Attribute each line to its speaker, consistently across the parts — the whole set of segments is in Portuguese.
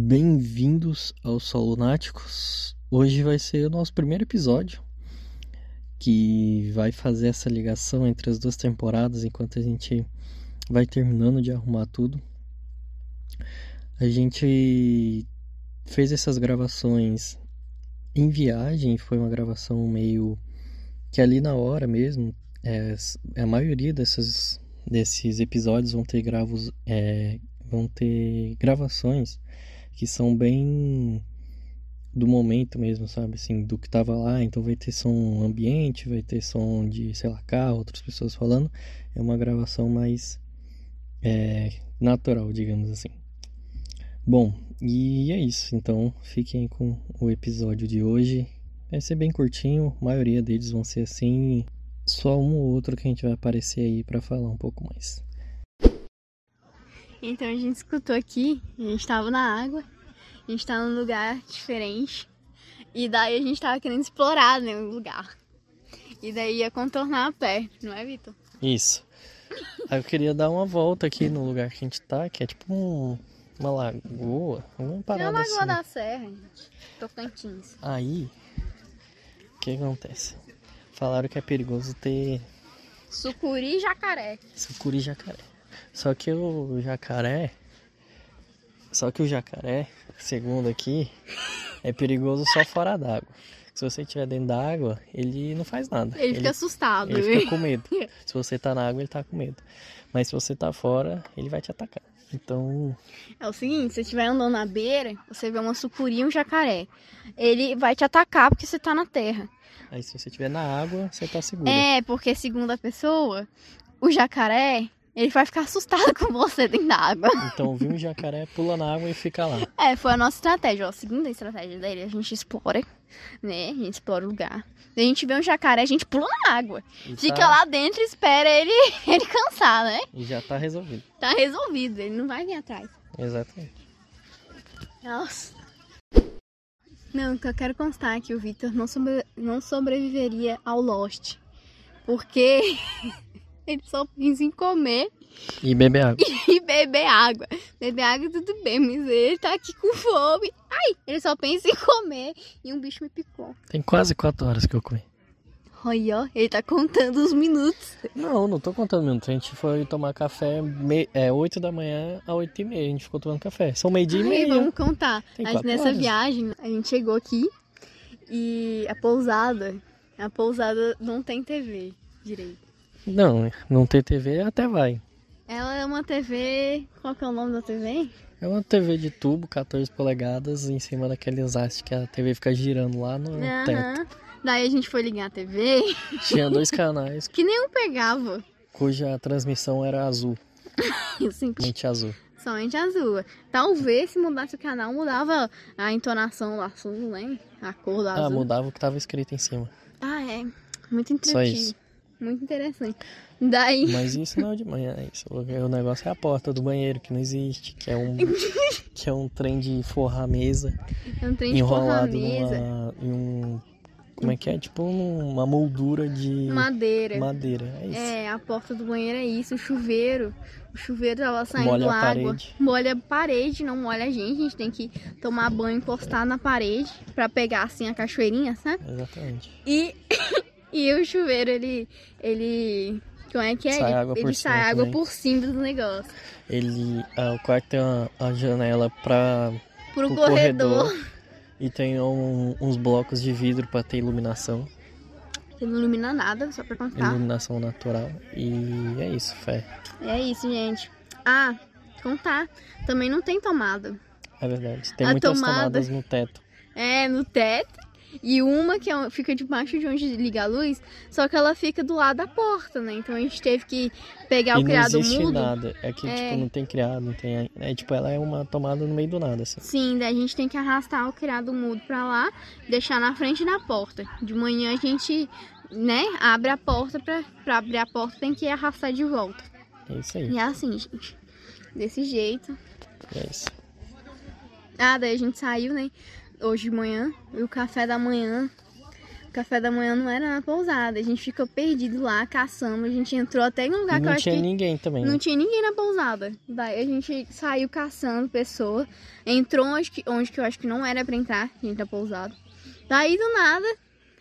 Speaker 1: Bem-vindos ao Sol Lunáticos. Hoje vai ser o nosso primeiro episódio que vai fazer essa ligação entre as duas temporadas enquanto a gente vai terminando de arrumar tudo. A gente fez essas gravações em viagem, foi uma gravação meio que ali na hora mesmo. é, a maioria dessas, desses episódios vão ter gravos, é, vão ter gravações que são bem do momento mesmo, sabe? Assim, do que tava lá. Então vai ter som ambiente, vai ter som de, sei lá, carro, outras pessoas falando. É uma gravação mais é, natural, digamos assim. Bom, e é isso. Então fiquem com o episódio de hoje. Vai ser bem curtinho, a maioria deles vão ser assim. Só um ou outro que a gente vai aparecer aí pra falar um pouco mais.
Speaker 2: Então a gente escutou aqui, a gente tava na água, a gente tava num lugar diferente. E daí a gente tava querendo explorar né, o lugar. E daí ia contornar a pé, não é, Vitor?
Speaker 1: Isso. Aí eu queria dar uma volta aqui no lugar que a gente tá, que é tipo um- uma lagoa, uma
Speaker 2: É a
Speaker 1: parada
Speaker 2: Lagoa
Speaker 1: assim.
Speaker 2: da Serra, gente. Tocantins.
Speaker 1: Aí, o que acontece? Falaram que é perigoso ter
Speaker 2: Sucuri e jacaré.
Speaker 1: sucuri e jacaré. Só que o jacaré, só que o jacaré, segundo aqui, é perigoso só fora d'água. Se você estiver dentro da água, ele não faz nada.
Speaker 2: Ele fica assustado.
Speaker 1: Ele fica com medo. Se você tá na água, ele tá com medo. Mas se você tá fora, ele vai te atacar. Então,
Speaker 2: É o seguinte, se você estiver andando na beira, você vê uma sucuri e um jacaré. Ele vai te atacar porque você tá na terra.
Speaker 1: aí se você estiver na água, você tá seguro.
Speaker 2: É, porque segundo a pessoa, o jacaré, ele vai ficar assustado com você dentro da água.
Speaker 1: Então, viu um jacaré, pula na água e fica lá.
Speaker 2: É, foi a nossa estratégia, ó. A segunda estratégia dele, a gente explora, né? A gente explora o lugar. A gente vê um jacaré, a gente pula na água.
Speaker 1: E
Speaker 2: Fica
Speaker 1: tá-
Speaker 2: lá dentro e espera ele, ele cansar, né?
Speaker 1: E já tá resolvido.
Speaker 2: Tá resolvido, ele não vai vir atrás.
Speaker 1: Exatamente.
Speaker 2: Nossa. Não, o que eu quero constar é que o Victor não, sobre- não sobreviveria ao Lost. Porque ele só pensa em comer
Speaker 1: E beber água.
Speaker 2: e beber água. Beber água tudo bem, mas ele tá aqui com fome. Ai, ele só pensa em comer. E um bicho me picou.
Speaker 1: Tem quase 4 horas que eu comi.
Speaker 2: Olha, ó, ele tá contando os minutos.
Speaker 1: Não, não tô contando minutos. A gente foi tomar café me... é, 8 da manhã a 8 e meia. A gente ficou tomando café. São meio-dia e
Speaker 2: Ai,
Speaker 1: meia.
Speaker 2: vamos contar.
Speaker 1: Tem
Speaker 2: Mas
Speaker 1: quatro
Speaker 2: nessa
Speaker 1: horas.
Speaker 2: viagem, a gente chegou aqui e a pousada, a pousada não tem TV direito.
Speaker 1: Não, não ter TV até vai.
Speaker 2: Ela é uma TV. Qual que é o nome da TV?
Speaker 1: É uma TV de tubo, 14 polegadas, em cima daqueles hastes que a TV fica girando lá no Um teto.
Speaker 2: Aham. Daí a gente foi ligar a TV,
Speaker 1: Tinha dois canais
Speaker 2: que nenhum pegava.
Speaker 1: cuja transmissão era azul,
Speaker 2: Eu senti
Speaker 1: mente azul.
Speaker 2: Somente azul. Talvez se mudasse o canal, mudava a entonação do azul, né? A cor do
Speaker 1: Ah,
Speaker 2: azul.
Speaker 1: mudava o que tava escrito em cima.
Speaker 2: Ah, é. Muito
Speaker 1: Só
Speaker 2: intuitivo.
Speaker 1: isso.
Speaker 2: Muito interessante. Daí.
Speaker 1: Mas isso não é de manhã, é isso. O negócio é a porta do banheiro, que não existe, que é um, que é um trem de forrar a mesa,
Speaker 2: Eu não tenho É um de porra
Speaker 1: enrolado
Speaker 2: mesa.
Speaker 1: numa, em um. Como é que é? Tipo uma moldura de
Speaker 2: Madeira.
Speaker 1: madeira. É isso.
Speaker 2: É, a porta do banheiro é isso, o chuveiro. O chuveiro tava É, saindo
Speaker 1: Molha a
Speaker 2: água.
Speaker 1: parede.
Speaker 2: Molha a parede, não molha a gente. A gente tem que tomar banho encostar na parede pra pegar assim a cachoeirinha, sabe?
Speaker 1: Exatamente.
Speaker 2: E, e o chuveiro, ele. ele. Como é que é?
Speaker 1: Sai
Speaker 2: ele
Speaker 1: água por
Speaker 2: ele sai
Speaker 1: cima
Speaker 2: água
Speaker 1: também.
Speaker 2: por cima do negócio.
Speaker 1: Ele. ah, o quarto tem uma, uma janela pra.
Speaker 2: Pro,
Speaker 1: pro
Speaker 2: corredor.
Speaker 1: E tem um- uns blocos de vidro pra ter iluminação.
Speaker 2: Ele não ilumina nada, só pra contar.
Speaker 1: Iluminação natural. E é isso, fé.
Speaker 2: É isso, gente. Ah, contar. Também não tem tomada.
Speaker 1: É verdade. Tem
Speaker 2: A
Speaker 1: muitas
Speaker 2: tomada.
Speaker 1: tomadas no teto.
Speaker 2: É, no teto. E uma que é- fica debaixo de onde liga a luz, só que ela fica do lado da porta, né? Então a gente teve que pegar
Speaker 1: e
Speaker 2: É o
Speaker 1: não
Speaker 2: criado
Speaker 1: existe
Speaker 2: mudo.
Speaker 1: nada. É que,
Speaker 2: É.
Speaker 1: tipo, não tem criado, não tem. É tipo, ela é uma tomada no meio do nada, assim.
Speaker 2: Sim, daí a gente tem que arrastar o criado mudo pra lá, deixar na frente da porta. De manhã a gente, né, abre a porta, pra, pra abrir a porta tem que arrastar de volta.
Speaker 1: É isso aí.
Speaker 2: E é assim, gente. Desse jeito.
Speaker 1: É isso.
Speaker 2: Ah, daí a gente saiu, né? Hoje de manhã. E o café da manhã O café da manhã não era na pousada. A gente ficou perdido lá, caçamos. A gente entrou até em um lugar que eu
Speaker 1: não
Speaker 2: acho
Speaker 1: tinha
Speaker 2: que
Speaker 1: ninguém também. né?
Speaker 2: não tinha ninguém na pousada. Daí a gente saiu caçando pessoa. Entrou onde que, onde que eu acho que não era pra entrar, gente da pousada. Daí do nada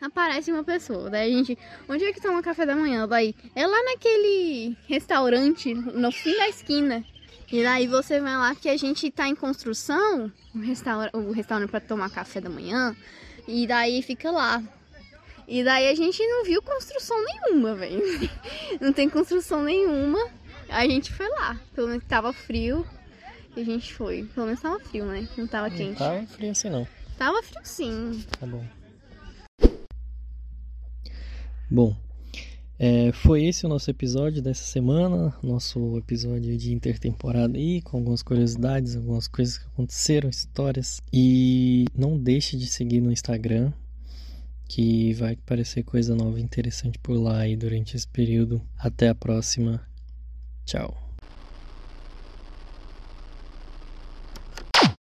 Speaker 2: aparece uma pessoa. Daí a gente, onde é que toma café da manhã? Daí, é lá naquele restaurante, no fim da esquina. E daí você vai lá que a gente tá em construção, o restaurante, o restaurante pra tomar café da manhã. E daí fica lá. E daí a gente não viu construção nenhuma, velho. Não tem construção nenhuma. A gente foi lá. Pelo menos tava frio. E a gente foi. Pelo menos tava frio, né? Não tava
Speaker 1: Não
Speaker 2: quente.
Speaker 1: tava frio assim não.
Speaker 2: Tava frio sim.
Speaker 1: Tá bom. Bom, é, foi esse o nosso episódio dessa semana, nosso episódio de intertemporada aí, com algumas curiosidades, algumas coisas que aconteceram, histórias. E não deixe de seguir no Instagram, que vai aparecer coisa nova e interessante por lá aí durante esse período. Até a próxima. Tchau.